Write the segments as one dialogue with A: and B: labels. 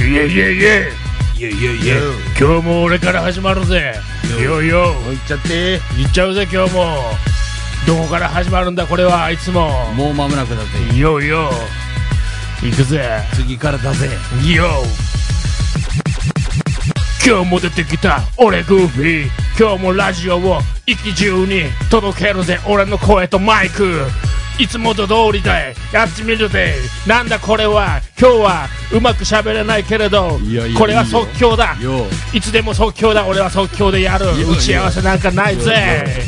A: いえいえいえ
B: いやいやいや
A: 今日も俺から始まるぜいよいよ
B: 行っちゃって
A: 行っちゃうぜ今日もどこから始まるんだこれはいつも
B: もう間もなくだぜ
A: いよいよ行くぜ
B: 次からだぜ
A: いよ今日も出てきた俺グーフィー今日もラジオを息中に届けるぜ俺の声とマイクいつもと通りでやってみるぜなんだこれは今日はうまく喋れないけれど
B: いやいや
A: これは即興だ
B: よ
A: いつでも即興だ俺は即興でやる
B: いや
A: 打ち合わせなんかない
B: いやい
A: ぜ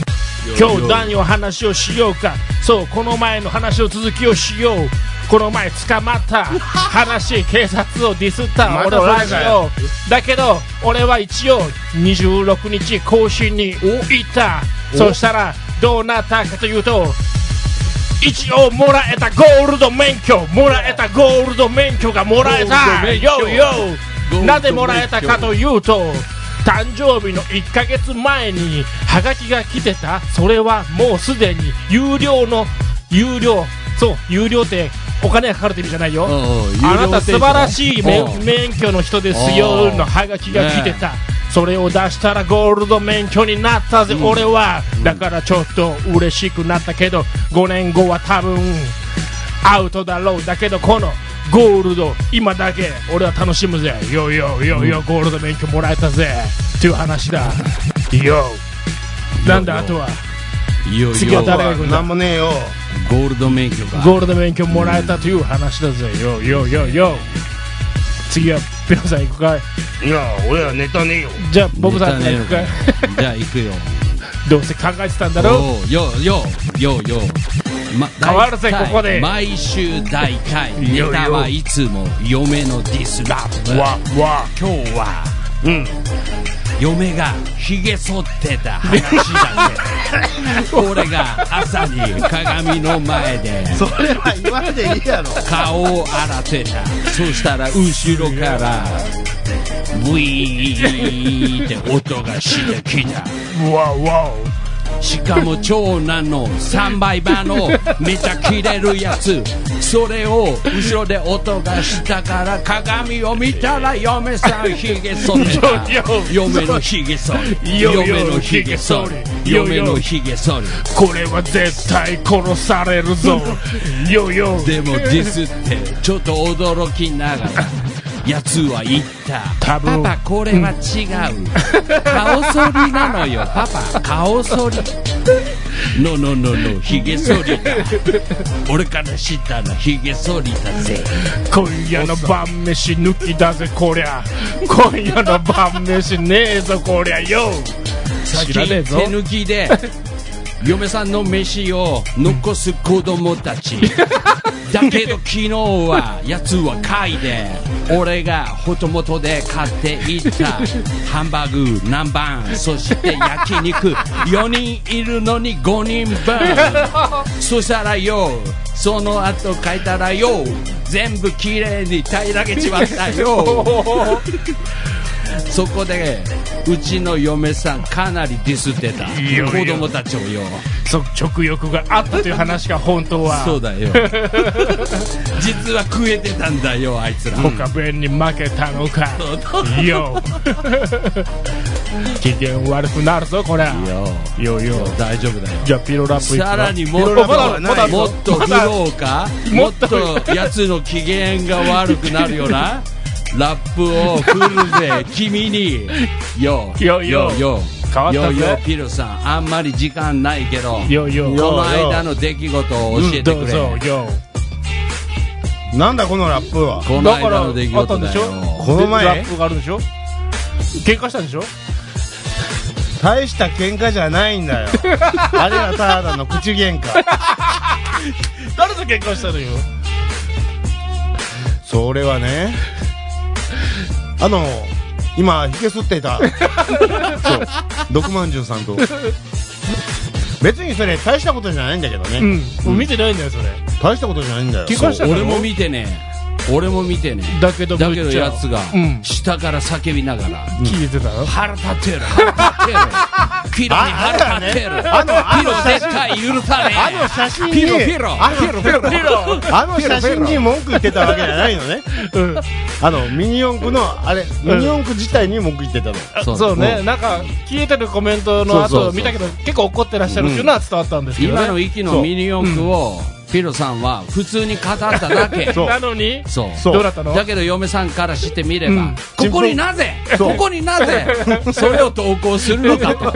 B: う
A: 今日何を話をしようかそうこの前の話の続きをしようこの前捕まった話警察をディスった
B: ま
A: 俺
B: た
A: のラ
B: 俺
A: ジ
B: かよ
A: オだけど俺は一応26日更新に行った
B: お
A: そしたらどうなったかというと一応もらえたゴールド免許もらえたゴールド免許がもらえた
B: ゴール
A: よ
B: ド免許
A: よなぜもらえたかというと誕生日の1ヶ月前にハガキが来てたそれはもうすでに有料の有料そう有料ってお金がかかるって意味じゃないよ、あなた素晴らしい免免許の人ですよのハガキが来てた、それを出したらゴールド免許になったぜ、俺はだからちょっと嬉しくなったけど5年後は多分アウトだろうだけどこのゴールド今だけ俺は楽しむぜよよよよ、ゴールド免許もらえたぜっていう話だよなんだあとは次は誰が行くんだ
C: なんもねえよ
B: ゴールド免許か
A: ゴールド免許もらえたという話だぜよよよよ次はピノさん行くかい
C: いや俺はネタねえよ
A: じゃあボブさんから行くかい
B: じゃあ行くよ
A: どうせ考えてたんだろ
B: おうよよよよ、ま、
A: 変わるぜ
B: 大体
A: ここで
B: 毎週大体ネ
A: よ
B: タはいつも嫁のディスラップ
A: わわ
B: 今日は
C: うん
B: 嫁がひげ剃ってた話だね 俺が朝に鏡の前で
C: それは言わんでいいやろ
B: 顔を洗ってたそしたら後ろからブイーって音がしてきた
A: わわ
B: しかも長男の3倍馬のめちゃ切れるやつそれを後ろで音がしたから鏡を見たら嫁さんひげ剃ってた
A: よよ
B: 嫁のひげ剃り
A: よよ
B: 嫁のひげ剃り
A: よよ
B: 嫁のひげ剃り
A: これは絶対殺されるぞよよ
B: でもディスってちょっと驚きながらやつは言った
A: 多
B: パ
A: 分
B: パこれは違う顔剃りなのよパパ顔剃りノノノノヒゲ剃りだ俺から知ったらヒゲ剃りだぜ
A: 今夜の晩飯抜きだぜこりゃ今夜の晩飯ねえぞこりゃよ
B: 先
A: 知らねえ
B: 手
A: ぞ
B: 抜 きで嫁さんの飯を残す子供た ちだけど昨日はやつは買いで俺がほともとで買っていったハンバーグ南蛮そして焼肉4人いるのに5人分そしたらよその後書いたらよ全部きれいに平らげちまった よそこでうちの嫁さんかなりディスってた
A: いよい
B: 子
A: よ
B: 供たちをよ
A: そ食欲があったという話が本当は
B: そ うだよ実は食えてたんだよあいつら、
A: 他弁に負けたのか
B: そうだ
A: よ 機嫌悪くなるぞこれ
B: よ
A: よよ
B: 大丈夫だよ
A: じゃあピロラップいくわ
B: さらにもっ
A: ピ
B: と
A: ロラップはないよ
B: もっと
A: ま
B: 食
A: だ
B: ろうか
A: も
B: も
A: っ
B: っ
A: と
B: とやつの機嫌が悪くなるよ なラップを振るぜ君によ
A: よよ
B: よよ
A: 変わった
B: よ
A: ぜ
B: よピロさんあんまり時間ないけど
A: よよ
B: この間の出来事を教えてくれ、
A: どうぞよ
C: なんだこのラップは
B: この間の出来事だ
A: だ
B: よ
A: からあったんでし
C: この
A: ラ
C: 前
A: ップがあるでしょ喧嘩したんでしょ
C: 大した喧嘩じゃないん だよあれはただの口喧嘩
A: 誰と喧嘩したのよ
C: それはねあの今ひげ剃ってい たそう毒まんじゅうさんと別にそれ大したことじゃないんだけどね、
A: うん見てないんだよそれ
C: 大したことじゃないんだよ
A: 結婚したの
B: 俺も見てね俺も見てね
A: だけど
B: だ
A: ぶっち
B: け
A: ゃ
B: どやつが
A: うん
B: 下から叫びながら
A: 聞いてたの
B: 腹立てる腹立てるピロに腹立てる
C: あのあ
B: ピロ
C: の写
B: 絶
C: 真
B: 対許さね
C: あの写真
B: え
C: に
B: ピロピロ
C: あの
B: ピロピロ
C: あの写真に文句言ってたわけじゃないのね
A: うん
C: あのミニ四駆のあれミニ四駆自体に文句言ってたの
B: そう
A: そうね、なんか聞いてるコメントの
B: そうそうそ
A: 後
B: う
A: 見たけど、結構怒ってらっしゃるっていうのは伝わったんですけど
B: 今
A: ね。
B: の息のミニ四駆をピロさんは普通に語っただけ
C: そう
A: なのに、
B: そう
C: そう
A: どうだったの
B: だけど嫁さんからしてみれば、
A: うん
B: ここになぜ
C: そう
B: ここにな ぜそれを投稿するのか と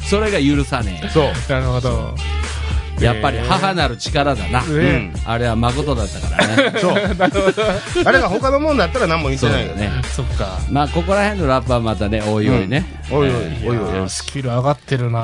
B: それが許さね
C: そう
A: なるほど。
B: えやっぱり母なる力だな、
A: ね
B: うんあれは誠だったからね
C: そうあれが他のもんだったら何も言っ
B: そ
C: て
B: う
C: な
B: だ
C: い
B: よ
C: よね
B: ね
A: そっか。
B: まあここら辺のラップはまたねおいおいね、
C: おいおいお
A: い
C: い
A: や
C: おい
A: ースキル上がってる
B: や
A: な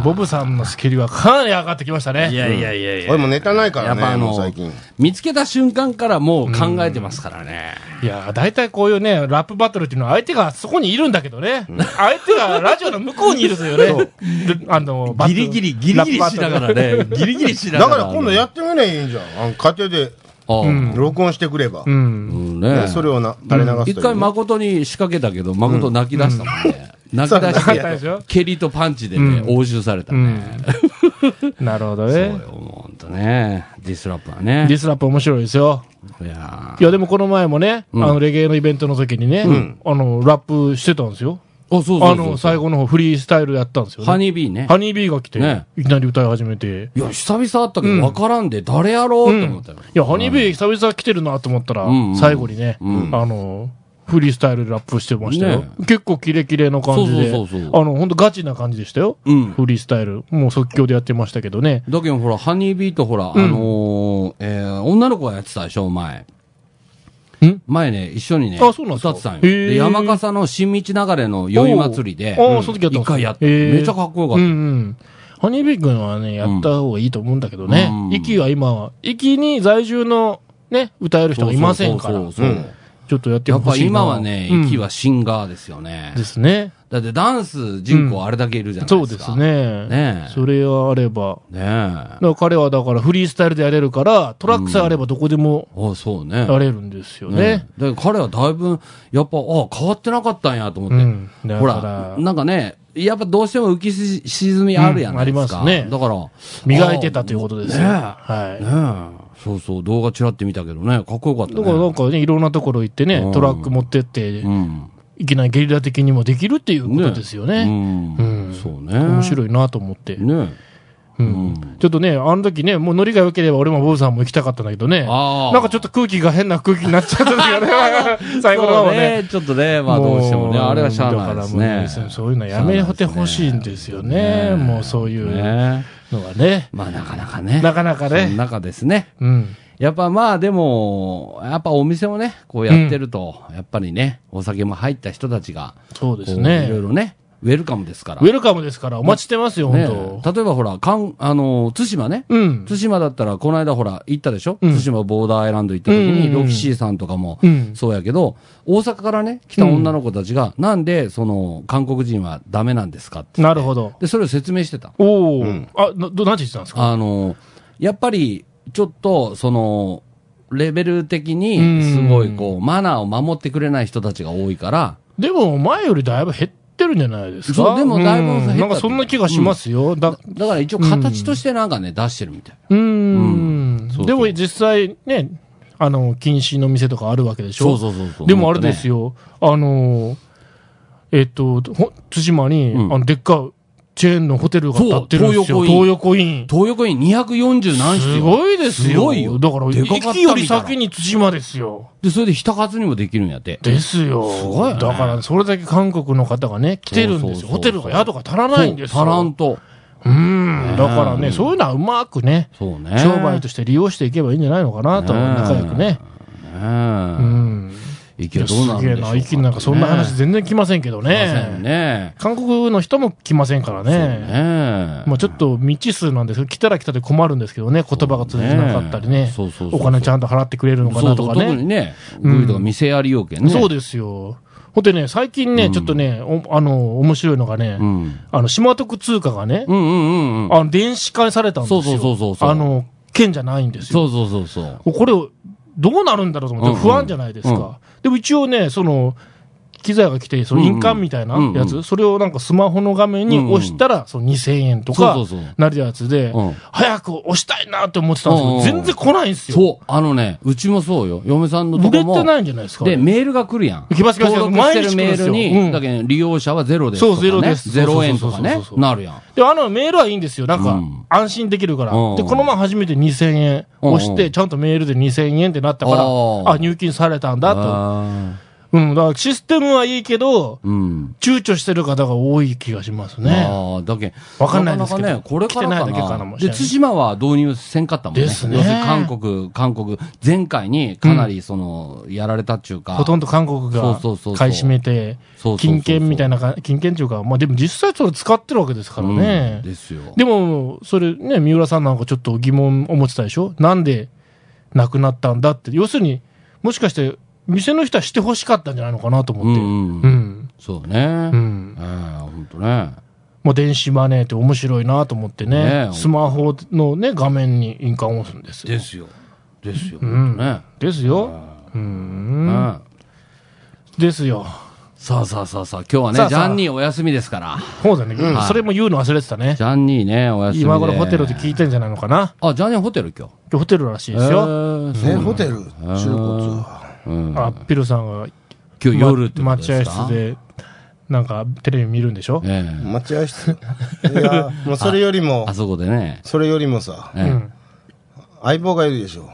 B: ー
A: ボブさんのスキルはかなり上がってきましたね。
B: いやいやい
C: 俺もネタないか
B: や
C: ら
B: っぱ
C: ね
B: あ
C: もう
B: の
C: 最近
B: 見つけた瞬間からもう考えてますからね、
A: いやー、大体こういうね、ラップバトルっていうのは相手がそこにいるんだけどね。相手がラジオの向こうにいるというね。ルあの、バト
B: ギ
A: ル
B: リギリギリギリしながらね ギリギリしな
C: だ
B: が
C: からら今度やってみりゃいいんじゃんあの家庭で
B: ああ
A: うん
C: 録音してくれば
A: う、。
B: うんん
C: ね
B: ね
C: それをな垂れ流すという
B: 一回誠に仕掛けたけど、誠泣き出したもんね。 泣き出
A: そう泣き出し
B: して
A: たでしょ
B: て、蹴りとパンチでね、
A: うん
B: 応酬された
A: う
B: ね。
A: ん。なるほど
B: そう
A: ね
B: よ、。もうほんとね。ディスラップは
A: ディ
B: ね。
A: スラップ面白いですよ。
B: いや
A: いや、でもこの前もね、
B: ん
A: あの、レゲエのイベントの時にね、あの、ラップしてたんですよ。
B: ーあ、そうそ
A: あ
B: うそ
A: の、
B: うそう。
A: 最後の方、フリースタイルやったんですよね。
B: ハニービーね
A: ハ。ニービーが来て、
B: ね
A: いきなり歌い始めて。
B: いや、久々あったけど、わからんで、誰やろうと思ったよ。
A: いや、ハニービー久々来てるなと思ったら、
B: うんうん
A: 最後にね、
B: うん
A: あの、フリースタイルでラップしてましたよ。
B: ね
A: 結構キレキレの感じで、
B: そうそうそうそう
A: あの、本当ガチな感じでしたよ。
B: うん
A: フリースタイル。もう即興でやってましたけどね。
B: だけどほら、ハニービーとほら、あのー、えー女の子がやってたでしょ、前。
A: ん
B: 前ね、一緒にね、
A: あそうなんです
B: 歌
A: か
B: ってたんよ。
A: へー
B: で、山笠の新道流れの宵祭りで、
A: おーあーその時やったんで
B: 一
A: すか
B: 回やって、
A: へー
B: めちゃかっこよかっ
A: うん
B: た。
A: うん。ハニービー君はね、やった方がいいと思うんだけどね。
B: うん
A: 息は今は、息に在住のね、歌える人がいませんから、
B: そうそうそうそう
A: ちょっとやって
B: やっ
A: ほ
B: ぱ
A: しいな。
B: 今はね、
A: うん
B: 息はシンガーですよね。
A: ですね。
B: だってダンス人口あれだけいるじゃな
A: そ
B: いうで
A: です
B: か。
A: す。ね。
B: ねえ
A: それがあれば。
B: ねえ。あ
A: だから彼はだからフリースタイルでやれるから、トラックさえあればどこでも
B: そうね。
A: やれるんですよ
B: ね
A: ね。。
B: だから彼はだいぶ、やっぱ、あ変わってなかったんやと思って。
A: うんだ
B: ほ
A: から
B: ら、なんかね、やっぱどうしても浮きし沈みあるやないですか。
A: うんありますね
B: だから。
A: 磨いてたということですよ。
B: ねえ
A: はい。だ
B: ねえ。そうそう、動画ちらって見たけどね、かっこよかったね。
A: からなんかね、いろんなところ行って
B: う
A: ね
B: ん、
A: トラック持ってって
B: う、ん。
A: いきなりゲリラ的にもできるっていうことですよ
B: う
A: ね。
B: ん。
A: うん
B: そうね。
A: 面白いなと思って。
B: ね
A: うんちょっとね、あの時ね、もうノリが良ければ俺もボブさんも行きたかったんだけどね。
B: あー
A: なんかちょっと空気が変な空気になっちゃった時が ね、最後の方はね。
B: そうちょっとね、まあどうしてもね、
A: もう
B: あれはしゃあないです
A: だからもう
B: ね。
A: そういうのやめてほしいんですよね。もうそういう
B: ね。
A: のがね。
B: まあなかなかね。
A: なかなか
B: その
A: ね。
B: 中ですね。
A: うん。
B: やっぱまあでも、やっぱお店をね、こうやってると、やっぱりね、お酒も入った人たちが、
A: そうです
B: こういろい
A: ね。
B: ろね、ウェルカムですから。
A: ウェルカムですから、お待ちしてますよ、
B: ね
A: 本当
B: 例えばほら、かん、あの、対馬ね。
A: うん。
B: 対馬だったら、この間ほら、行ったでしょ
A: うん
B: 対馬ボーダーアイランド行った時
A: うんうんう
B: に、
A: ん
B: ロキシーさんとかも
A: うん、
B: そうやけど、大阪からね、来た女の子たちが、なんで、その、韓国人はダメなんですかって。
A: なるほど。
B: で、それを説明してた。
A: おお。あ、な、ど、何て言ってたんですか
B: あの、やっぱり、ちょっと、その、レベル的
A: う
B: に、
A: ん
B: すごい、こう、マナーを守ってくれない人たちが多いから、
A: でも、前よりだいぶ減ってるんじゃないですか
B: そうでもだいぶ減った
A: うんなんかそんな気がしますよ。だ、
B: だから一応形としてなんかね、出してるみたい。
A: うー
B: うん
A: ん
B: そうそう
A: でも実際ね、あの、禁止の店とかあるわけでしょ
B: そうそうそうそう
A: でもあれですよ、あの、えっと、ほ対馬に、
B: うん
A: あの、でっかいチェーンのホテルが
B: そう
A: 建ってるんですよ。
B: 東
A: 東横イン。
B: 東横に240何室よ
A: すごいですよ。
B: すごいよ。
A: だから、
B: でかかった
A: 駅
B: みた
A: よ
B: い
A: り
B: な
A: 先に対馬ですよ。
B: で、それでひたかつにもできるんやって。
A: ですよ。す
B: ごいよね
A: だから、それだけ韓国の方がね、来てるんです
B: そうそうそう
A: よ。ホテルが宿が足らないんです
B: そう足らん
A: よ。
B: と。
A: うん。だからね、そういうのはうまくね、
B: そうね。
A: 商売として利用していけばいいんじゃないのかなと、
B: ね
A: 仲良くね。
B: ね
A: う
B: え。
A: ん。
B: 息
A: い
B: は
A: や
B: ど
A: す
B: うなん
A: げえ
B: でしょう
A: な、一気になんかそんな話全然来ませんけど
B: ね
A: ね。
B: え。ね
A: 韓国の人も来ませんから
B: え。
A: ね。
B: ねえ。
A: まあちょっと未知数なんですけど、来たら来たで困るんですけどね、言葉が通じなかったりね
B: そうねそうそう。そ
A: お
B: う
A: 金ちゃんと払ってくれるのか
B: そ
A: な
B: うそ
A: とか
B: う、特
A: ね。
B: にね、グイとか店やりようけんね。
A: そうですよ。ほんでね、最近ね、ちょっとね、おあの、面白いのがね
B: う、ん。
A: あの、島徳通貨がね
B: う、んうんうんうん。
A: あの、電子化されたんですよ。
B: そうそうそうそうそう
A: あの、券じゃないんですよ。
B: そうそうそうそう。
A: これを、どうなるんだろうと思って不安じゃないですか。
B: うんうん
A: でも一応ね、その、機材が来て、その
B: うんうん
A: 印鑑みたいなやつ、
B: うんう
A: それをなんかスマホの画面に押したら、その2000円とか
B: そうそうそう
A: なるやつで、
B: うん
A: 早く押したいなって思ってたんですけど、
B: うんうん
A: 全然来ないんですよ。
B: そう、あのね、うちもそうよ。嫁さんのと
A: 売
B: こ
A: れ
B: も。
A: てないんじゃないですか。
B: で、メールが来るやん。
A: 来ます来ます
B: 登録してるメ
A: 毎日来るんで
B: ール
A: すよう
B: に、
A: ん
B: だけど利用者はゼロです
A: そう
B: とかね。
A: ゼロです
B: ゼロ円とか
A: そう
B: ね
A: そうそうそう。そう
B: なるやん。
A: で、あのメールはいいんですよ。なん
B: う
A: か
B: ん、
A: 安心できるから。
B: うん
A: で、この前初めて2000円押し
B: うんう
A: て、ちゃんとメールで2000円ってなったから
B: あ、ー
A: あ、入金されたんだと。
B: あ
A: うん、だからシステムはいいけど、
B: ーうん。
A: 躊躇してる方が多い気がしますね。
B: ああ、だけ
A: わかんないですけど
B: かかね、これからか
A: 来てないだけかな
B: な
A: も。しれ
B: で、
A: ない
B: 対馬は導入せんかったもんね。
A: ですね
B: 要するに韓国、韓国、前回にかなりその、やられたっちゅうか。
A: ほとんど韓国
B: そう
A: が
B: そうそうそう
A: 買い占めて
B: そうそうそうそう、
A: 金券みたいなか、金券っていうか、まあでも実際それ使ってるわけですから
B: うん
A: ね。
B: ですよ。
A: でも、それね、三浦さんなんかちょっと疑問を持ってたでしょなんで亡くなったんだって。要するに、もしかして、店の人はしてほしかったんじゃないのかなと
B: う
A: 思
B: ん
A: っ
B: う
A: て。
B: ん、
A: うん。
B: そうね。
A: う
B: え
A: ん
B: え、。ほんとね。
A: もう電子マネーって面白いなと思ってね
B: ねえ
A: スマホのね、画面に印鑑を押すんですよ。
B: すよ。ですよ。
A: ん
B: ね。
A: ですよ。う。
B: うんん。
A: ですよ。
B: さあさあさあさあ、今日はね、
A: さあ
B: ジ
A: さあ
B: ャンニーお休みですから。
A: そうだね、
B: ん
A: それも言うの忘れてたね
B: ジ。ャンニーね、お休みで。
A: 今頃ホテルで聞いてんじゃないのかな。
B: あ、ジャンニーホテル今日。
A: 今日ホテルらしいですよ。
B: えー
D: ね、ホテル、中骨。
B: うん
A: あ、ピルさんが、
B: 今
A: ま
B: 日夜ってことです
A: 待
B: か
A: 合室。で、なんかテレビ見るんでしょ
B: ええ
D: 待合室。
C: いや、もうそれよりも
B: あ、そこでね。
C: それよりもさ、
B: え
A: う
B: え
A: ん。
C: 相棒がいるでしょ。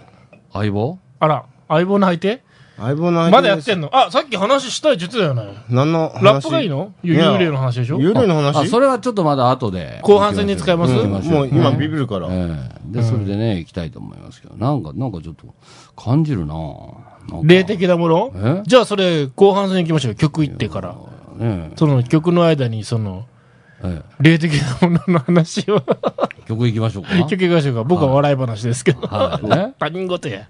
B: 相棒
A: あら、相棒の相手
C: 相棒の相手
A: まだやってんのあ、さっき話したい術だよね。
C: 何の話
A: ラップがいいのゆ
C: いや
A: 幽霊の話でしょ
C: 幽霊の
B: あ、
C: 話
B: それはちょっとまだ後で。
A: 後半戦に使います
C: うんもう今ビビるから。
B: ええで、それでね、行きたいと思いますけど。なんか、なんかちょっと、感じるななんか
A: 霊的なもの
B: え
A: じゃあそれ、後半戦行きましょう。曲行ってから。
B: ね
A: その曲の間に、その、
B: え
A: 霊的なものの話を、
B: え曲行きましょうか。
A: 曲 行きましょうか。僕は笑い話ですけど。
B: はいね。
A: 他人事や。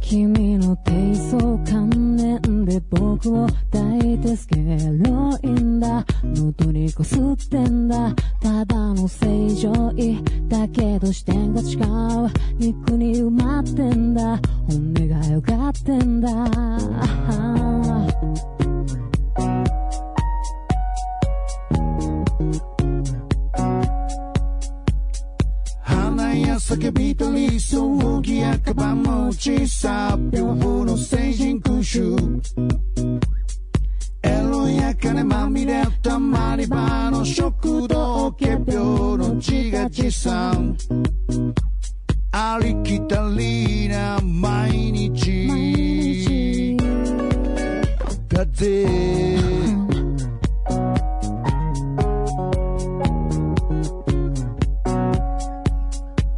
E: 君の低層観念で僕を抱いてスケロインだ喉にこすってんだただの正常位だけど視点が違う肉に埋まってんだ本音がよがってんだ
F: 花や叫びと理想ギアカバン持ちさ両方の成人君主エロや金まみれたまり場の食堂家病の血が地産ありきたりな毎日風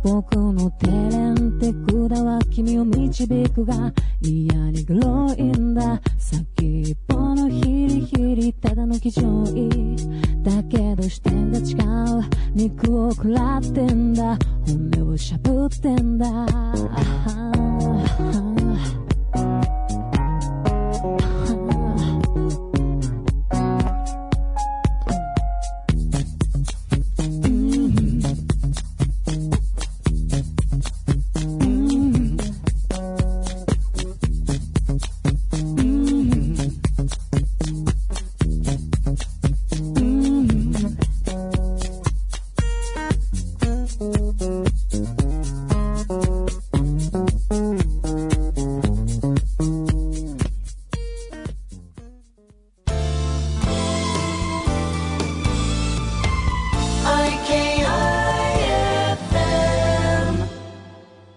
E: 僕の手練って管は君を導くが嫌にグロいんだ先っぽのヒリヒリただの気丈位だけど視点が違う肉を食らってんだ骨をしゃぶってんだ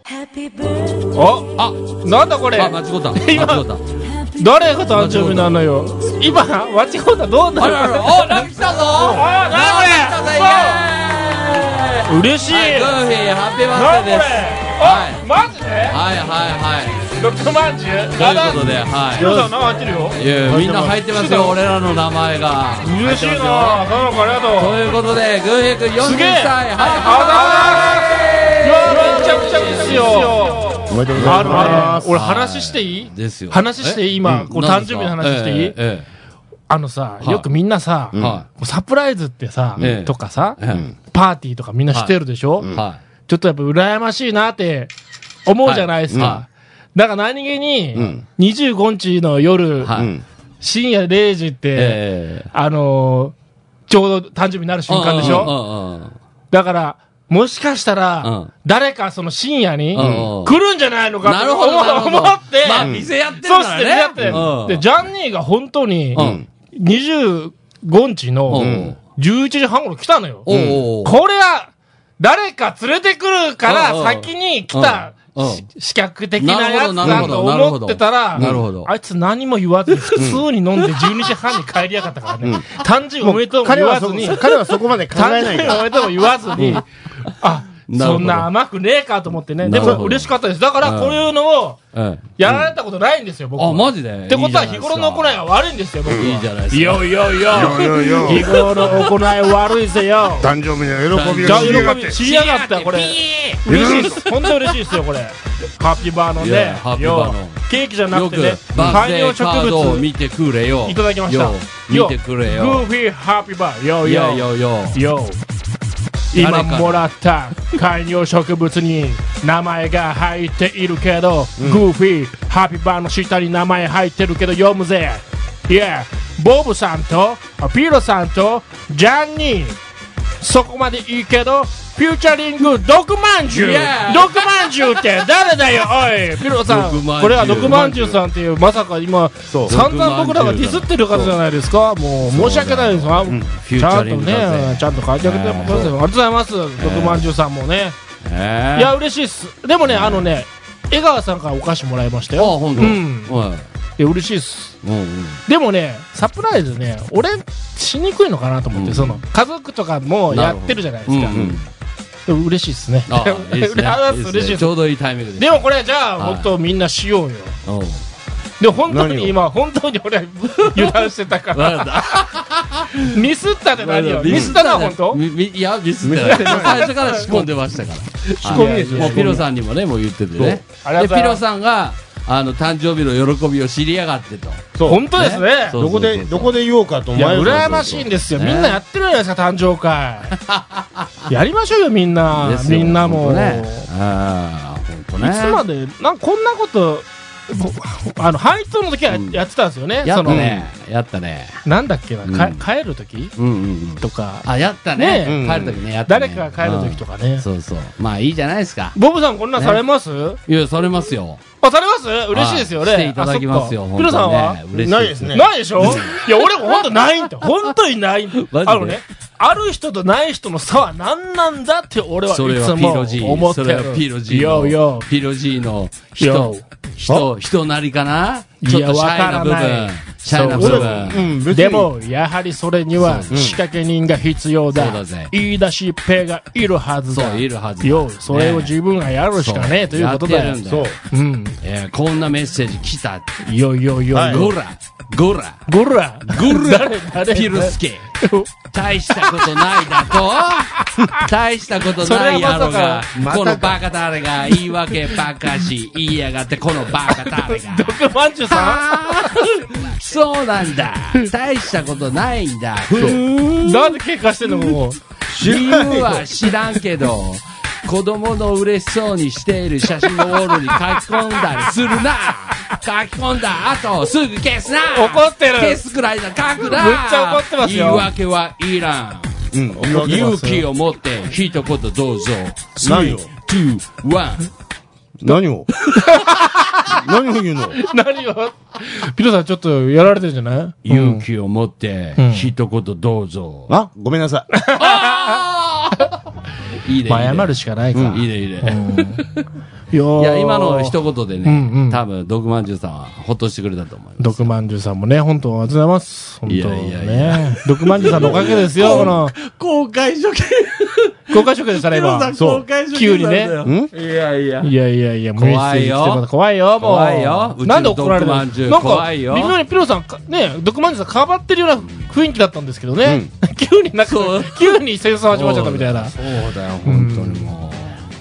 A: あ、
B: あ、
A: なんだこれ
B: あ、間違った。
A: 今
B: 間違った。
A: 誰が誕生日なのよ。今、間違うたどうな
B: あ
A: る
B: らあら、お、ラブ来たぞ
A: あ
B: ラブ来たぞ
A: 嬉しい
B: イエーイはい、グーフィー、ハッピーバー
A: 何
B: ス
A: こ
B: デ
A: れ
B: ーです。は
A: あ、マジで
B: い、はい、はい、はい。
A: 六万十
B: ということで、
A: ヒロ
B: は
A: さん、なんか入ってるよ
B: い。いやみんな入ってますよ、俺らの名前が。
A: 嬉しいなその子ありがとう
B: ということで、グーヘイ君41
A: すげえ
B: 歳、はい、
A: あ
C: めでとうござ
A: あ
C: い
A: るあ
C: ま
A: る
C: す。
A: 俺話していい
B: ですよ。
A: 話していい
B: え
A: 今
B: うん
A: これ誕生日の話していい
B: ええ
A: あのさ、
B: はい
A: よくみんなさ、
B: ええは
A: サプライズってさ
B: ええ、
A: とかさ
B: い。、え
A: パーティーとかみんなしてるでしょ
B: えは
A: ちょっとやっぱ羨ましいなって思うじゃないです
B: は
A: か。だから何気
C: う
A: に
C: ん、
A: 25日の
B: い。
A: 夜、
B: は
C: う
B: い。
C: ん。
A: 深夜0時って、
B: ええ
A: あのー、ちょうど誕生日になる瞬間でし
B: う
A: ょ
B: んうんうん
A: だから、もしかした
B: う
A: ら
B: ん、
A: 誰かその深夜に
B: うん
A: 来るんじゃないのか
B: なるほど。なる
A: と
B: ほ
A: 思
B: ど
A: 思って、
B: まあ、店やってる
A: そ
B: か
A: し
B: ら
A: て
B: ね。
A: やって、
B: うん
A: で、ジャンニーが本当に
B: う、
C: うん
B: ん。
A: 25日
B: う
A: の
B: ん
A: 11時半頃来たのよ。
B: おー
A: これは、誰か連れてくるか
B: うんう
A: ら
B: ん
A: 先に来た
B: うんうん
A: し視覚的なやつ
B: なる
A: だ
B: ほ
A: と
B: どなるほ
A: 思
B: ど
A: ってたら、
B: なるほど
A: あいつ何も言わずに普通に飲んで12時半に帰りやがったからね。誕生日おめでとうも
C: 彼
A: 言わ
C: は
A: ず
C: そこ
A: に、、
C: 彼はそこまで考え
A: 誕
C: な
A: 生
C: い
A: 日お
C: か
A: め
C: ら。
A: でとうも言わずに、あ、
B: なるほ
A: そ
B: ど
A: んな甘くねえかと思ってね。
B: な
A: で
B: るほど
A: も嬉しかったです。だから
B: うん
A: こういうのを
B: ええ
A: やられたことないんですよ、僕は。
B: あ、マジで
A: ってことは日頃の行い
B: い
A: は悪いんですよ、僕は。
B: いいじゃないですか。
A: いやいやいや。
C: いやいや
A: 日頃の行い悪いぜ よ。
C: 誕生日の喜び
A: じゃ
C: が
A: あ
C: 知
A: 喜
C: りがって
A: び。知りやがったこれ嬉しいです本当に嬉しいですよこれハッピーバーの
B: い
A: ね
B: やハッピーバーの
A: ようケーキじゃな
B: よ
A: く
B: く
A: てね、
B: バース
A: 観
B: デ
A: 葉
B: ーカードを
A: 植物
B: 見てくれよ。
A: いただきました
B: よ見てくれ
A: グー
B: よ。
A: フィーハッピーバーよ
B: いやい
A: よ
B: やいや。
A: よ今もらった観葉植物に名前が入っているけど、グーフィーハッピーバーの下に名前入ってるけど読むぜいやボブさんとピーロさんとジャンニーそこまでいいけどフューチャリング毒まんじゅう
B: Yeah
A: 毒まんじゅうって誰だ よおいピーロさ
B: 毒まんじゅ
A: ん
B: う
A: これは毒まんじゅうさんっていうまさか今
C: そう
A: 散々僕らがディスってる方じゃないですかもう申し訳ないですわ
B: フュー
A: ち
B: チ
A: ゃ
B: ャ
A: ん
B: リ
A: と
B: ングだ
A: ね、
B: ぜ。
A: ちゃんと書いてあげてもらってますよありがとうございます、毒まんじゅうさんもね。
B: え
A: いや、嬉しいっす。でもね、あのね、江川さんからお菓子もらいました
B: あ、
A: よ。
B: ほんと。
A: うん
B: はい
A: や、嬉しいっす。
B: い。うんうん。
A: でもね、サプライズね、俺、しにくいのかなと思って、
B: うん
A: その、家族とかもやってるじゃないで
B: う
A: す
B: んう
A: か。
B: ん。
A: でも嬉しいっすね。
B: あ、いいですね
A: あ
B: いいですね。
A: 嬉しいっ
B: ち
A: す。
B: ょうどいいタイミングで。
A: でもこれ、じゃあ、
B: はい
A: 本当みんなしようよ。
B: うん。
A: で、本当
C: 何を
A: に今、本当に俺は油断してたから。
B: わかっ
A: ミスったって
B: た
A: 何よ。ミスったな、本当
B: みみいや、ミスってない。最初から仕込んでましたから。仕
A: 込みですよ
B: もうピロさんにもね、もう言っててね。
A: ありがとう
B: で、
A: ござ
B: ピ
A: いま
B: ロ
A: す。
B: さんが、あの、誕生日の喜びを知りやがってと。
A: 本当ですね。
B: そう
C: どこで、どこで言おうかと
A: い
C: 思
A: や、
C: われる
A: 羨ましいんですよ。
B: ね
A: みんなやってるじゃないですか、誕生会。 やりましょうよ、みんな。
B: ですよ
A: みんな
B: ほ
A: も。
B: んとね
A: い。
B: ああ、本当ね。
A: つまで、なんかこんなこと、ぼあの、配当の時はや
B: うん
A: やってたんですよね。
B: や
A: そ
B: っ
A: の
B: た、ね。やったね。
A: なんだっけな、
B: う
A: か
B: ん
A: 帰る時
B: うんうんうん。
A: とか、
B: あ、やった
A: ね
B: ね。
A: え
B: 帰るときね、やったね。
A: 誰かが帰る時と
B: か。
A: かね。
B: そうそう。まあいいじゃないですか。
A: ボブさん、こんなんされます
B: いや、されますよ。
A: あ、されます嬉しいですよね。
B: はしていただきますよ。
A: あそっかピ
B: 本当
A: ロ
B: に
A: さんは
B: ね嬉しい
C: ないですね
A: ないでしょいや、俺も本当ないんだ。本当にないんだ。
B: マジで
A: あのね、ある人とない人の差は何なんだって俺はいつ
B: それはピロジ
A: も思
B: ー。
A: って
B: そ
A: る。
B: れはピロジー
A: よい
B: の
A: よ。。
B: ピロジーの人
A: Yo。
B: 人、人なりかないちょ
A: や
B: っとシャイな部
A: わから
B: 分
A: ない。
B: シャイな部
C: 俺
B: 分。
C: うん、別に。
A: で、も、やはりそれには仕掛け人が必要だ。
B: そうだぜ
A: 言い出しっぺがいるはずだ。
B: そういるはずだ
A: よう、それを自分がやるしかねえということだ
B: や
A: よ
B: ってる。んだ
C: そう
B: よ。。
A: うん。
B: えーこんなメッセージ来たって。
A: よいよいよいよ。
B: ゴラ、ゴラ、
A: ゴラ。
B: ゴラ
A: 誰、誰、
B: ピルスケ。大したことないだ と大したことないやろが、このバカ誰が言い訳ばかし言いやがってこのバカ 誰が
A: 毒まんじゅうさ
B: あーそうなんだ大したことないんだふー
A: んなんで喧嘩してんのここ。
B: 理由は知らんけど子供の嬉しそうにしている写真をウォールに書き込んだりするな書き込んだ後すぐ消すな
A: 怒ってる
B: 消すくらいだ書くな
A: めっちゃ怒ってますよ
B: 言い訳はいらん
C: うん、怒ってま
B: 勇
C: す
B: 気を持って一言どうぞ。
C: 何を
B: two, one.
C: 何 を何を言うの
A: 何を ピロさんちょっとやられてるんじゃない
B: 勇気を持って
A: うん
B: 一言どうぞ。
C: あ、ごめんなさい。
B: いいね。
A: まあ
B: いいね
A: 謝るしかないか。
B: いいね、いいね。
A: い
B: いや、今の
A: 人。
B: 一言で
A: うんう
B: ね
A: ん、
B: 多分、毒まんじゅうさんはほっとしてくれたと思います。
A: 毒まんじゅうさんもね、本当ありがとうございます。本当
B: いやいやいや
A: ね。毒まんじゅうさんのおかげですよ、この、
B: 公開処刑
A: 公開処刑されば。
B: 公開処
A: 急にね。
B: いやいや。
A: いやいやいや、無
B: 怖い
A: 理
B: よ
A: してきてもらって怖いよ、もう。
B: 怖いようちの
A: なんで怒られる
B: 毒
A: な
B: ま
A: ん
B: んじゅう
A: か、
B: 怖いよ
A: 微妙にピロさんか、ね、毒まんじゅうさんかばってるような雰囲気だったんですけど ね。急になんか
B: そう、
A: 急に戦争始まっちゃったみたいな。
B: そうだよ、本当にもう。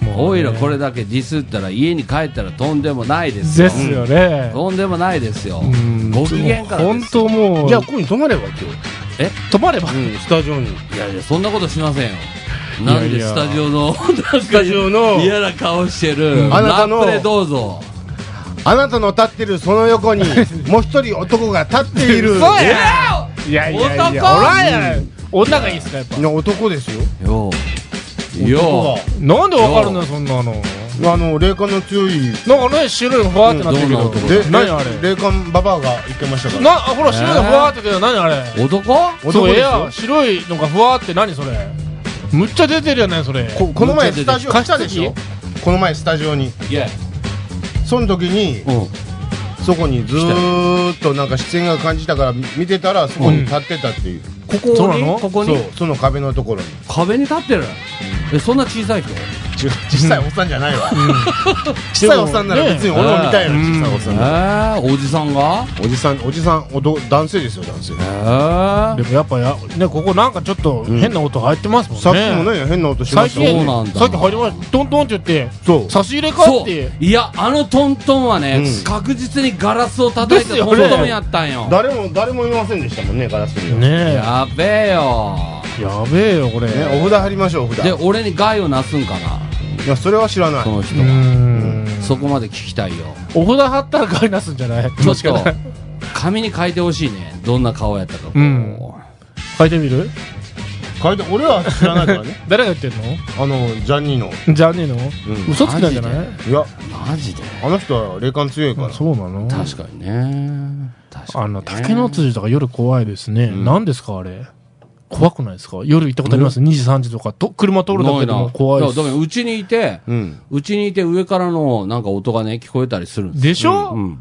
A: もう
B: おいらこれだけディスったら家に帰ったらとんでもないです
A: で
B: よ
A: すよね、
B: とんでもないですよ
A: うん
B: ご機嫌からで
A: 本
B: す
A: 当もう
C: じゃあ、ここに泊まれば今日。
A: 止まれば、
B: うん
C: スタジオ
B: い
C: に。
B: やいやそんなことしませんよなんで
A: いやいや
B: スタジオのス
C: スタジオの、
B: 嫌な顔してる
C: あなたの
B: ラップでどうぞ
C: あなたの立ってるその横に、もう一人男が立っている。
A: 嘘や
B: え
A: いやいやいや
B: 男
A: おらんやない女がいいっすかやっぱ
C: いや男ですよ。
B: ーようよう
A: なんでわかるのよそんなの
C: あの、霊感の強い。
A: なんかね白いのふわってなってるけど
B: うんどうな
C: で、
A: 何あれ
C: 霊感ババアが言ってましたから。
A: なあほら白いのふわってけど何あれ
B: 男
A: そ
C: 男
A: う
C: で
A: え
C: す
A: や
C: よ。
A: 白いのがふわって何それむっちゃ出てるやないそれ
C: ここの前スタジオ
A: 加
C: 来
A: 湿器
C: たでしょこの前スタジオに。
B: いや
C: その時に、
B: うん
C: そこにずーっとなんか視線が感じたから見てたら、そこに立ってたっていう。
B: ここに
A: そうなの
B: ここ
C: そ
B: に
C: う、その壁のところに。
B: 壁に立ってるえそんな小さい人
C: 実際おっさんじゃないわ。 小さいおっさんなら別に俺も見たいよ、
A: ね
C: 小さいおっさ
B: え
C: んなら。
B: ーおじさんが
C: おじさん、おじさん、おど男性ですよ、男性。
B: えー
A: でもやっぱやねここなんかちょっと変な音入ってますもんね
C: さっきもね、変な音しま
A: 最
C: したよ
B: そう
A: 近
C: ね。
B: なんだ
A: さっき入りましたトントンって言って
C: そう。
A: 差し入れかっ
B: そう
A: て
B: いやあのトントンはね
C: うん
B: 確実にガラスを叩い
A: で
B: た
A: すよ
B: ト
A: ね
B: ントンやったんよ
C: 誰も、誰もいませんでしたもんね、ガラスには。ね、
A: ね
B: やべえよ
A: えやべえよこれ
C: お札貼りましょう、お札。
B: で俺に害をなすんかない
C: や、それは知らない
B: そ。の人
A: うーん
B: そこまで聞きたいよ
A: お札貼ったら買いなすんじゃない
B: ちょっ
A: 確か
B: と
A: に
B: 紙に書いてほしいねどんな顔やったかこう
A: うん書いてみる
C: 書いて、俺は知らないからね。
A: 誰が言ってん
C: あの、ジャニーの。
A: のじゃねえの
C: うん
A: 嘘つきなんじゃない
C: いや、
B: マジで
C: あの人は霊感強いから。
A: そうなの
B: 確かにね確かに
A: あの
B: ね
A: 竹の辻とか夜怖いですね、
C: ん
A: 何ですかあれ怖くないですか夜行ったことあります、2時3時とかと車通るだけでも怖い
B: な
A: で
B: なだから
A: す
B: うちにいて
C: うん。
B: うちにいて上からのなんか音がね聞こえたりするんです
A: でしょ、
B: うん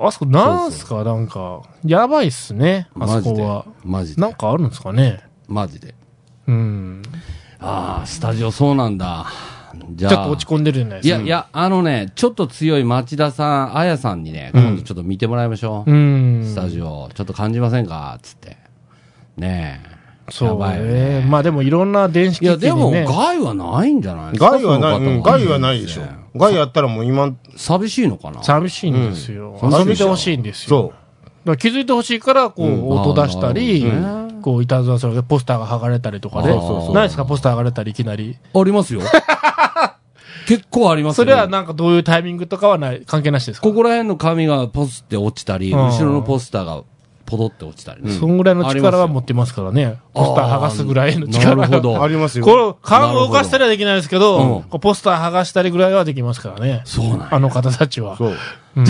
A: あそこなんすかなんかやばいっすねあ
B: マ
A: そ
B: ジ
A: こ
B: で
A: は
B: マジ
A: なん
B: で
A: かあるんですかね
B: マジで
A: うん
B: ああスタジオそうなんだじゃあ
A: ちょっと落ち込んでるじゃない
B: い
A: です
B: や
A: か
B: いやあのねちょっと強い町田さんあやさんにね今度ちょっと見てもらいましょう、
A: うん
B: スタジオちょっと感じませんかつってねえ
A: そう
B: やばいよ
A: ね
B: ね
A: まあでもいろんな電子
B: い
A: 機器
B: や
A: に、ね、
B: でも害はないんじゃないですか
C: 害はない、
B: その方
C: うん害はないでしょ。害やったらもう今、
B: 寂しいのかな
A: 寂しいんですよ、
B: うん
A: 遊びてほしいんですよ
C: そ
A: だから気づいてほしいから、こう、
C: うん
A: 音出したり、
B: あーなるほどね
A: こう、いたずらするポスターが剥がれたりとかね。
B: そうそうそう
A: ないですか、ポスター剥がれたり、いきなり。
B: あ りますよ結構あります
A: そ
B: よ
A: れはなんかどういうタイミングとかはない、関係なしですか
B: ここら辺の紙がポスって落ちたり
A: うん
B: 後ろのポスターがポドって落ちたりね、
A: そんぐらいの
B: あります
A: 力
B: よ
A: は持ってますからね。ポスター剥がすぐらいの
B: あ
A: 力
B: ーなるほ
A: が。
C: う。
B: ど
C: ありますよ。
A: この、缶を動かしたりはできないですけど、
B: うん
A: こうポスター剥がしたりぐらいはできますからね。
B: そうなんや
A: あの方たちは。
C: そう。
A: うん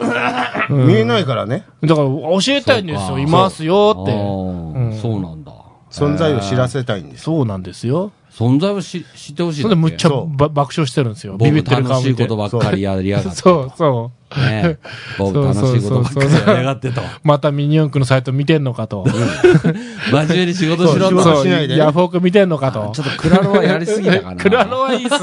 C: 見えないからね。
A: だから、教えたいんです
B: そう
A: よ。い
B: か
A: ますよって
B: あ。ー
A: うん
B: そうなんだ
C: 存在を知らせたいんです。
A: そうなんですよ。
B: 存在をし知ってほしい
A: そ
B: だ
A: れで
B: け
A: むっちゃ
C: そう
A: ば爆笑してるんですよ。ビビ
B: 僕
A: ってる
B: 楽
A: 顔
B: しい
A: 見て
B: こ。とばっかりやりやがって
A: そうそう。
B: ね僕楽しいことばっかりやりやがってと
A: またミニ四駆のサイト見てんのかと。
B: 真面目に仕事しろ
C: そう仕
B: と
C: 事しないで
A: ヤフオク見てんのか
B: ちょ
A: と
B: っ。とクラロはやりすぎたかな
A: クラロはいいっす。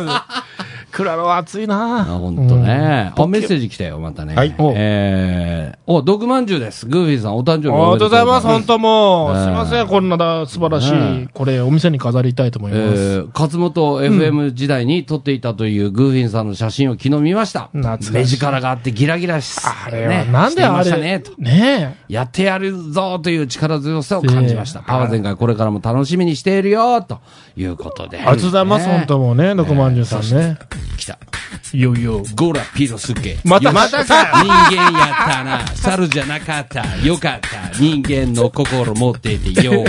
A: クラロは熱い
B: あ、
A: な
B: ほんとね。あ、メッセージ来たよ、またね。
C: はい
A: お
B: えー、お、毒まんじゅうです。グーフィーさん、お誕生日
A: ありがとうございます。本当もう、
B: え
A: す
B: ー
A: いません。こんなだ素晴らし
B: ね
A: い。これ、お店に飾りたいと思い
B: え
A: ます。
B: ー、勝本 FM 時代に撮っていたというグーフィンさんの写真を昨日見ました。
A: 懐かしい
B: 目力があってギラギラし、
A: あれは、
B: ね
A: なんで
B: してい
A: あ
B: ました
A: れ、
B: ね、
A: ね
B: と。
A: え。
B: やってやるぞという力強さを感じました。
A: ねえ
B: パワー全開これからも楽しみにしているよということで。
A: ありがとうございます。
B: ね
A: 本当もうね、六万十さんね。
B: 来た。
A: いよいよ。
B: ゴラピロスケ。
A: また
B: よし
A: また
B: 人間やったな。猿じゃなかった。よかった。 人間の心持っててよ。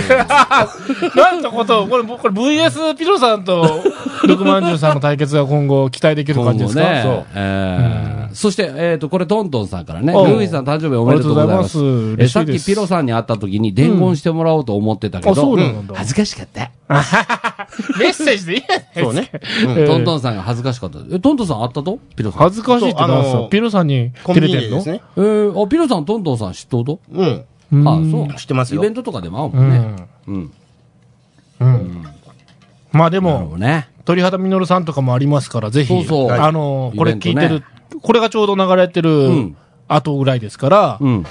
A: なんとこと、これ、これ VS ピロさんと六万十さんの対決が今後期待できる感じです
B: 今後ね
A: かそう。
B: えーそして、えっ、と、これ、トントンさんからね、ル
A: おう
B: ーイさん誕生日おめでとうございます。
A: ありがとうございます
B: え
A: 嬉
B: さ
A: し
B: っ
A: いで
B: き
A: す
B: ピロさんに会った時に伝言してもらおうと思ってたけ
A: あ、
B: ど、
A: そうなんだ。
B: 恥ずかしかった。
A: メッセージでいいや
C: そうね。
A: え
B: トントンさんが恥ずかしかった。え、トントンさん会ったとピロさん。
A: 恥ずかしいってなんす
C: そう
A: か
C: あの
A: ピロさんに
C: コン
A: 照
C: ビ
A: れて
C: ニで
A: ん
C: で
A: の
C: すね。
B: えーあ、ピロさん、トントンさん知っとうと
C: うん。
A: う
B: あ
A: ん
B: そう。
C: 知ってますよ
B: イベントとかでも会
A: う
B: うもんね。
A: ん。
B: うん。
A: まあで
B: なるほ
A: も
B: ど、ね。
A: 鳥肌みのるさんとかもありますから、ぜひ、
B: そうそう
A: あの
B: はい
A: これ
B: イベント
A: 聞
B: ね
A: いてる、これがちょうど流れてる
B: ん
A: 後ぐらいですから、
B: うん。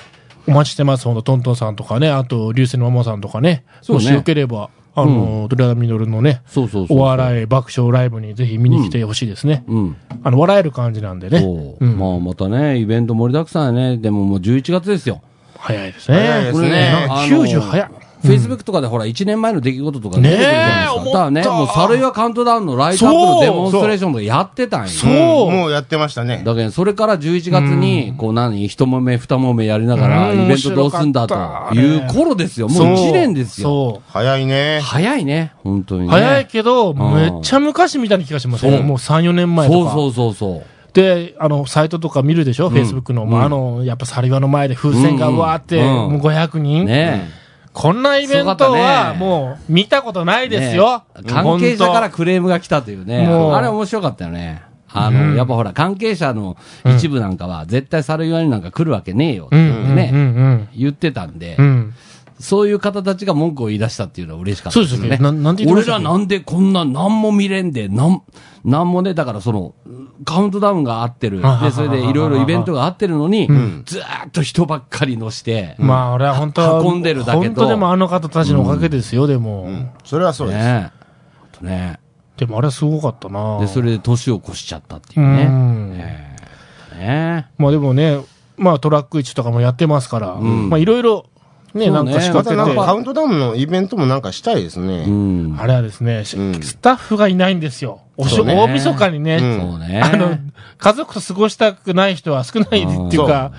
A: お待ちしてます、ほんと、トントンさんとかね、あと、流星のママさんとかね、
B: そう
A: も
B: ね
A: しよければ、あの、ドラミドルのね、
B: そうそうそう。
A: お笑い爆笑ライブにぜひ見に来てほしいですね。
B: うん。
A: あの、笑える感じなんでね
B: そ。う。
A: うん
B: まあ、またね、イベント盛りだくさんやね。でももう11月ですよ。
A: 早いですね。
C: 早いですね
A: これなんか
B: あの
A: 90早い。
B: フェイスブックとかでほら、1年前の出来事とか
A: ねえ
B: 出てくるじゃないですか。
A: 思
B: だ
A: った
B: からね、もう、サルイワカウントダウンのライトアップ
A: そ
B: の
A: う
B: デモンストレーションもやってたんよ。
A: そう
C: もうやってましたね。
B: だけど、それから11月に、こう何、一もめ、二もめやりながら、
A: うん
B: イベントどうすんだ
A: 面白かっ
B: と
A: た
B: いう頃ですよ。もう1年ですよ。
A: そ
C: 早いね。
B: 早いね、本当に
A: う。
B: ね。
A: 早いけど、
B: ん
A: めっちゃ昔みたいな気がしますね。
B: そう
A: もう3、4年前とか。
B: そうそうそうそう。
A: で、あの、サイトとか見るでしょ、フェイスブックの。まあ、あの、やっぱサリバの前で風船が
B: うんうん
A: わーって、
B: うん
A: もう500人、
B: ね
A: こんなイベン
B: す
A: ト
B: ごかった
A: は、
B: ね
A: もう、見たことない
B: え。
A: ですよ。
B: ねえ関係者から
A: 本
B: クレームが来たというね。
A: もう
B: あれ面白かったよね。あの、
A: うん
B: やっぱほら、関係者の一部なんかは、絶対猿岩になんか来るわけねえよ、っ
A: 当。
B: て
A: う
B: い
A: ん、
B: う
A: うん、
B: ね、
A: うん、
B: 言ってたんで、
A: うん。うん。
B: そういう方たちが文句を言い出したっていうのは嬉しかったです
A: そうで
B: ね。
A: すよねななんて言ってまし
B: 俺
A: たっ
B: ら
A: け
B: なんでこんな何も見れんで、なん、なんもね、だからその、カウントダウンが合ってる。
A: あははは
B: で、それでいろいろイベントが合ってるのに、ずーっと人ばっかり乗して、
A: まあ、俺は本当は、
B: 運んでるだけど
A: 本当でもあの方たちのおかげですよ、でも、
C: それはそうです。
B: ねほんとね。
A: でもあれはすごかったな
B: で、それで年を越しちゃったっていううんね。ええね
A: まあでもね、まあトラック1とかもやってますから、まあいろいろ、ね、
B: そう
A: な
B: ね
A: んか仕
C: ま
A: 掛
C: た
A: け
C: なん
A: て、
C: かカウントダウンのイベントもなんかしたいです
B: う
C: ね。
B: ん。
A: あれはですね、し
C: うん
A: スタッフがいないんですよ。おし
B: そうね
A: 大晦日にね、
C: うん
B: そうね。
A: あの、家族と過ごしたくない人は少ないっていうか、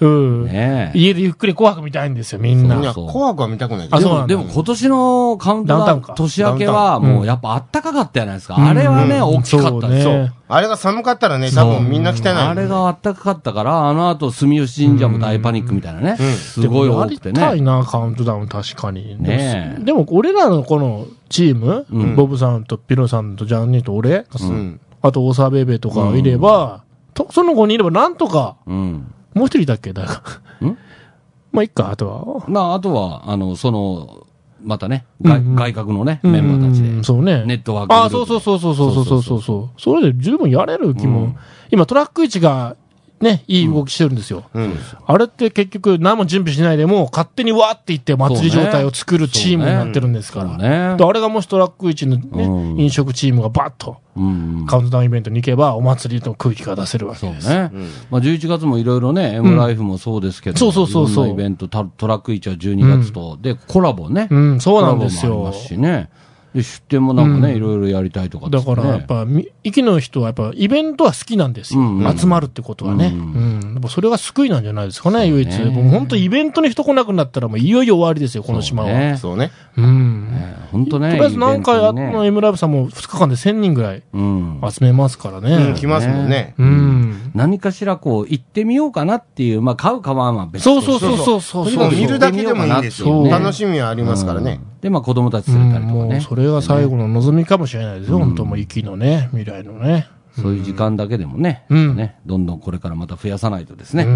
A: うん。
B: ねえ
A: 家でゆっくり紅白見たいんですよ、みん
B: そ
A: な
C: みん。な
B: う
C: 紅白は見たくない
A: あ
C: け
B: で
A: そう
B: も、
A: なんだ
B: でも今年のカウント
A: ダウ
B: ダ
A: ンタ
B: ウ
A: ウン
B: ン
A: か、
B: 年明けは
A: ダウンタウン
B: もうやっぱあったかかったじゃないですか。
A: ん
B: あれはね、
A: うん
B: 大きかったです
A: そう
B: よ。
A: ね
C: あれが寒かったらね、多分みんな来てない。
B: あれがあったかかったから、あの後、住吉神社も大パニックみたいなね。すごい
A: でも
B: 多
A: や
B: く
A: り
B: て
A: たい
B: ね。
A: な、カウントダウン確かに。
B: ねえ
A: でも、でも俺らのこのチーム、
B: うん
A: ボブさんとピロさんとジャンニーと俺、
C: うん。
A: あと大沢ベイベーとかいれば、とその5人いればなんとか、
B: うん。
A: もう一人だっけだから。
B: ん
A: まあ、いっか、あとは。
B: まあ、あとは、あの、その、またね、外
A: うんうん
B: 外角のね、メンバーたち
A: うん
B: で。
A: そうね。
B: ネットワークグループ
A: ああ、そうそうそうそうそうそうそうそうそう。それで十分やれる気も。
B: うん
A: 今トラック1がね、いい動きしてるんですよ。
C: うん。
A: あれって結局何も準備しないでもう勝手にわーっていって祭り状態を作るチームになってるんですから。
B: ね
A: で。あれがもしトラック1のね、
B: うん
A: 飲食チームがバッと
B: うん。
A: カウントダウンイベントに行けばお祭りの空気が出せるわけ
B: そう
A: です。
B: ね。まあ、11月もいろいろね、M ライフもそうですけど、
A: そうそうそうそう
B: いろんなイベント、タトラック1は12月と、で、コラボね。
A: うん、そうなんです
B: コラボもあ
A: よ
B: りま。すしね。で、出店もなんかね、
A: うん
B: いろいろやりたいとかっつ
A: だ
B: って
A: か
B: ね
A: らやっぱ、み息の人はやっぱイベントは好きなんですよ。
B: うんうん
A: 集まるってことはね。
B: う
A: うんん。やっぱそれが救いなんじゃないですかね、唯一。
B: ね
A: もう本当イベントに人来なくなったらもういよいよ終わりですよ、この島は。う
B: ね
C: そうね。
A: ん。
B: 本当
A: と
B: ね。
A: りあえず何回あ
B: イ
A: っ
B: ベ
A: の
B: ントにね
A: M ライブさんも2日間で1000人ぐらい
B: うん。
A: 集めますから
C: うん、
A: ね。
C: 来ますもんね。
A: うん。
B: 何かしらこう、行ってみようかなっていう、まあ、買うかはまあ別
A: そうそうそうそう
C: と
A: そう
C: に
A: そ
C: か
A: う。
C: く見るだけでもいいです
A: そ
C: よ。
A: う
C: 楽しみはありますからね。
B: で、まあ、子供たち
A: う
B: 連れた
A: ん
B: りとか
A: も
B: ね。
A: うそれが最後の望みかもしれないですよ、本当もう息のね、未来のね。
B: そういう時間だけでもね、
A: うん
B: ね、どんどんこれからまた増やさないとですね。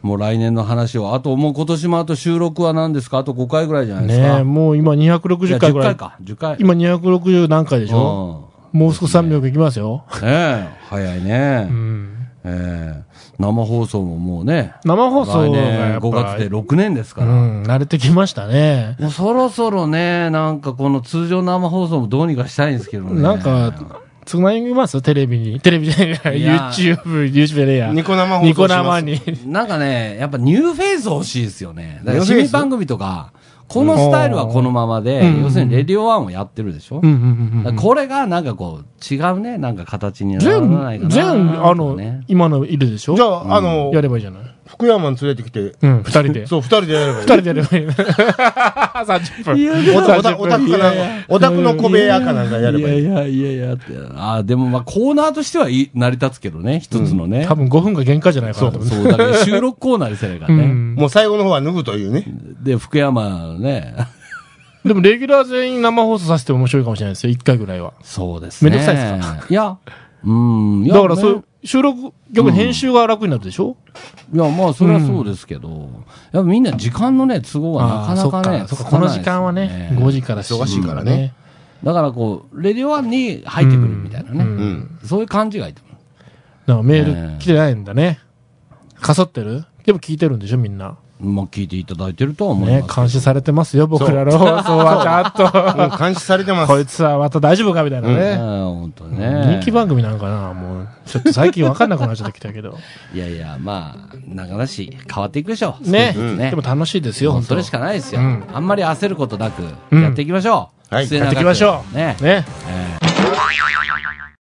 B: もう来年の話を、あともう今年もあと収録は何ですかあと5回ぐらいじゃないですか。
A: ねもう今
B: いや
A: 260回ぐ
B: 10
A: ら
B: 回
A: い。
B: か、10回。
A: 今260何回でしょ
B: う
A: もうすぐ300いきますよ。
B: ん。ねえ、早いね。
A: うん。
B: ええ生放送ももうね、
A: 生放送が
B: 来年
A: やっぱ
B: 5月で6年ですか
A: う
B: ら。
A: ん、慣れてきましたね。
B: もうそろそろね、なんかこの通常生放送もどうにかしたいんですけどね。
A: なんか、つなぎますテレビに。テレビじゃない
B: いや
A: YouTube、YouTube でや。
C: ニコ生放送
A: ニコ生に。
B: なんかね、やっぱニューフェイス欲しいですよね。だか
C: ニ
B: ら
C: ューフェイス
B: 新番組とか、このスタイルはこのままで、
A: うん
B: 要するにレディオワンをやってるでしょ、
A: うんうんうんう
B: だ
A: ん
B: からこれがなんかこう、違うね、なんか形にならないか
A: 全、
B: な。
A: 全、あの
B: ね、
A: 今のいるでしょ
C: じゃあ、あの、
A: やればいいじゃない。
C: 福山に連れてきて、
A: うん、二人で。
C: そう、二人でやればい
A: 二
C: い。
A: 人でやればいい。30分。
C: おたおた
A: 30
C: おたく
A: 分。
C: かな、おたくの小部屋かなんかやればいい。
B: やいやいやいやって。ああ、でもまあコーナーとしてはい成り立つけどね、一つのね。
A: 多分5分が限界じゃないかなと思
B: そう、だけど収録コーナーですよね。
A: う
B: ね
A: ん
C: もう最後の方は脱ぐというね。
B: で、福山のね、
A: でも、レギュラー全員生放送させても面白いかもしれないですよ。1回ぐらいは。
B: そうですね。
A: めんどくさいです
B: かいや、うん。いや
A: だから、そうい
B: ね
A: う、収録、逆に編集が楽になるでしょ
B: いや、まあ、それはそうですけど、やっぱみんな時間のね、都合がなかなかね、
A: あーそっかそっか
B: つか
A: こ
B: ない
A: の
B: です
A: 時
B: よ
A: 間はね、5時から7時
C: 忙しいからね。
B: だからこう、レディオワンに入ってくるみたいなね、
A: うん
C: うん。
B: そういう感じがいいと思う。
A: だからメ
B: ね
A: ール来てないんだね。かさってるでも聞いてるんでしょ、みんな。
B: まあ、聞いていただいてるとは思い
A: ね、
B: ます。
A: 監視されてますよ、僕らの放送はちゃんと。
C: 監視されてます
A: こいつはまた大丈夫かみたいな
B: ええ
A: ね。
B: 本当ね。
A: 人気番組なんかなもう、ちょっと最近わかんなくなっちゃってきたけ ど。
B: いやいや、まあ、なかなし変わっていくでしょう。
A: ね
B: 少しずつね。
A: でも楽しいですよ、
B: もう
A: 本
B: そ
A: 当
B: れしかないですよ。
A: うん
B: あんまり焦ることなく、
A: うん
B: やっていきましょう。
C: はい
B: 末
A: やっ
B: 永
A: て
B: く
A: いきましょう。
B: ね。
A: ね。
B: え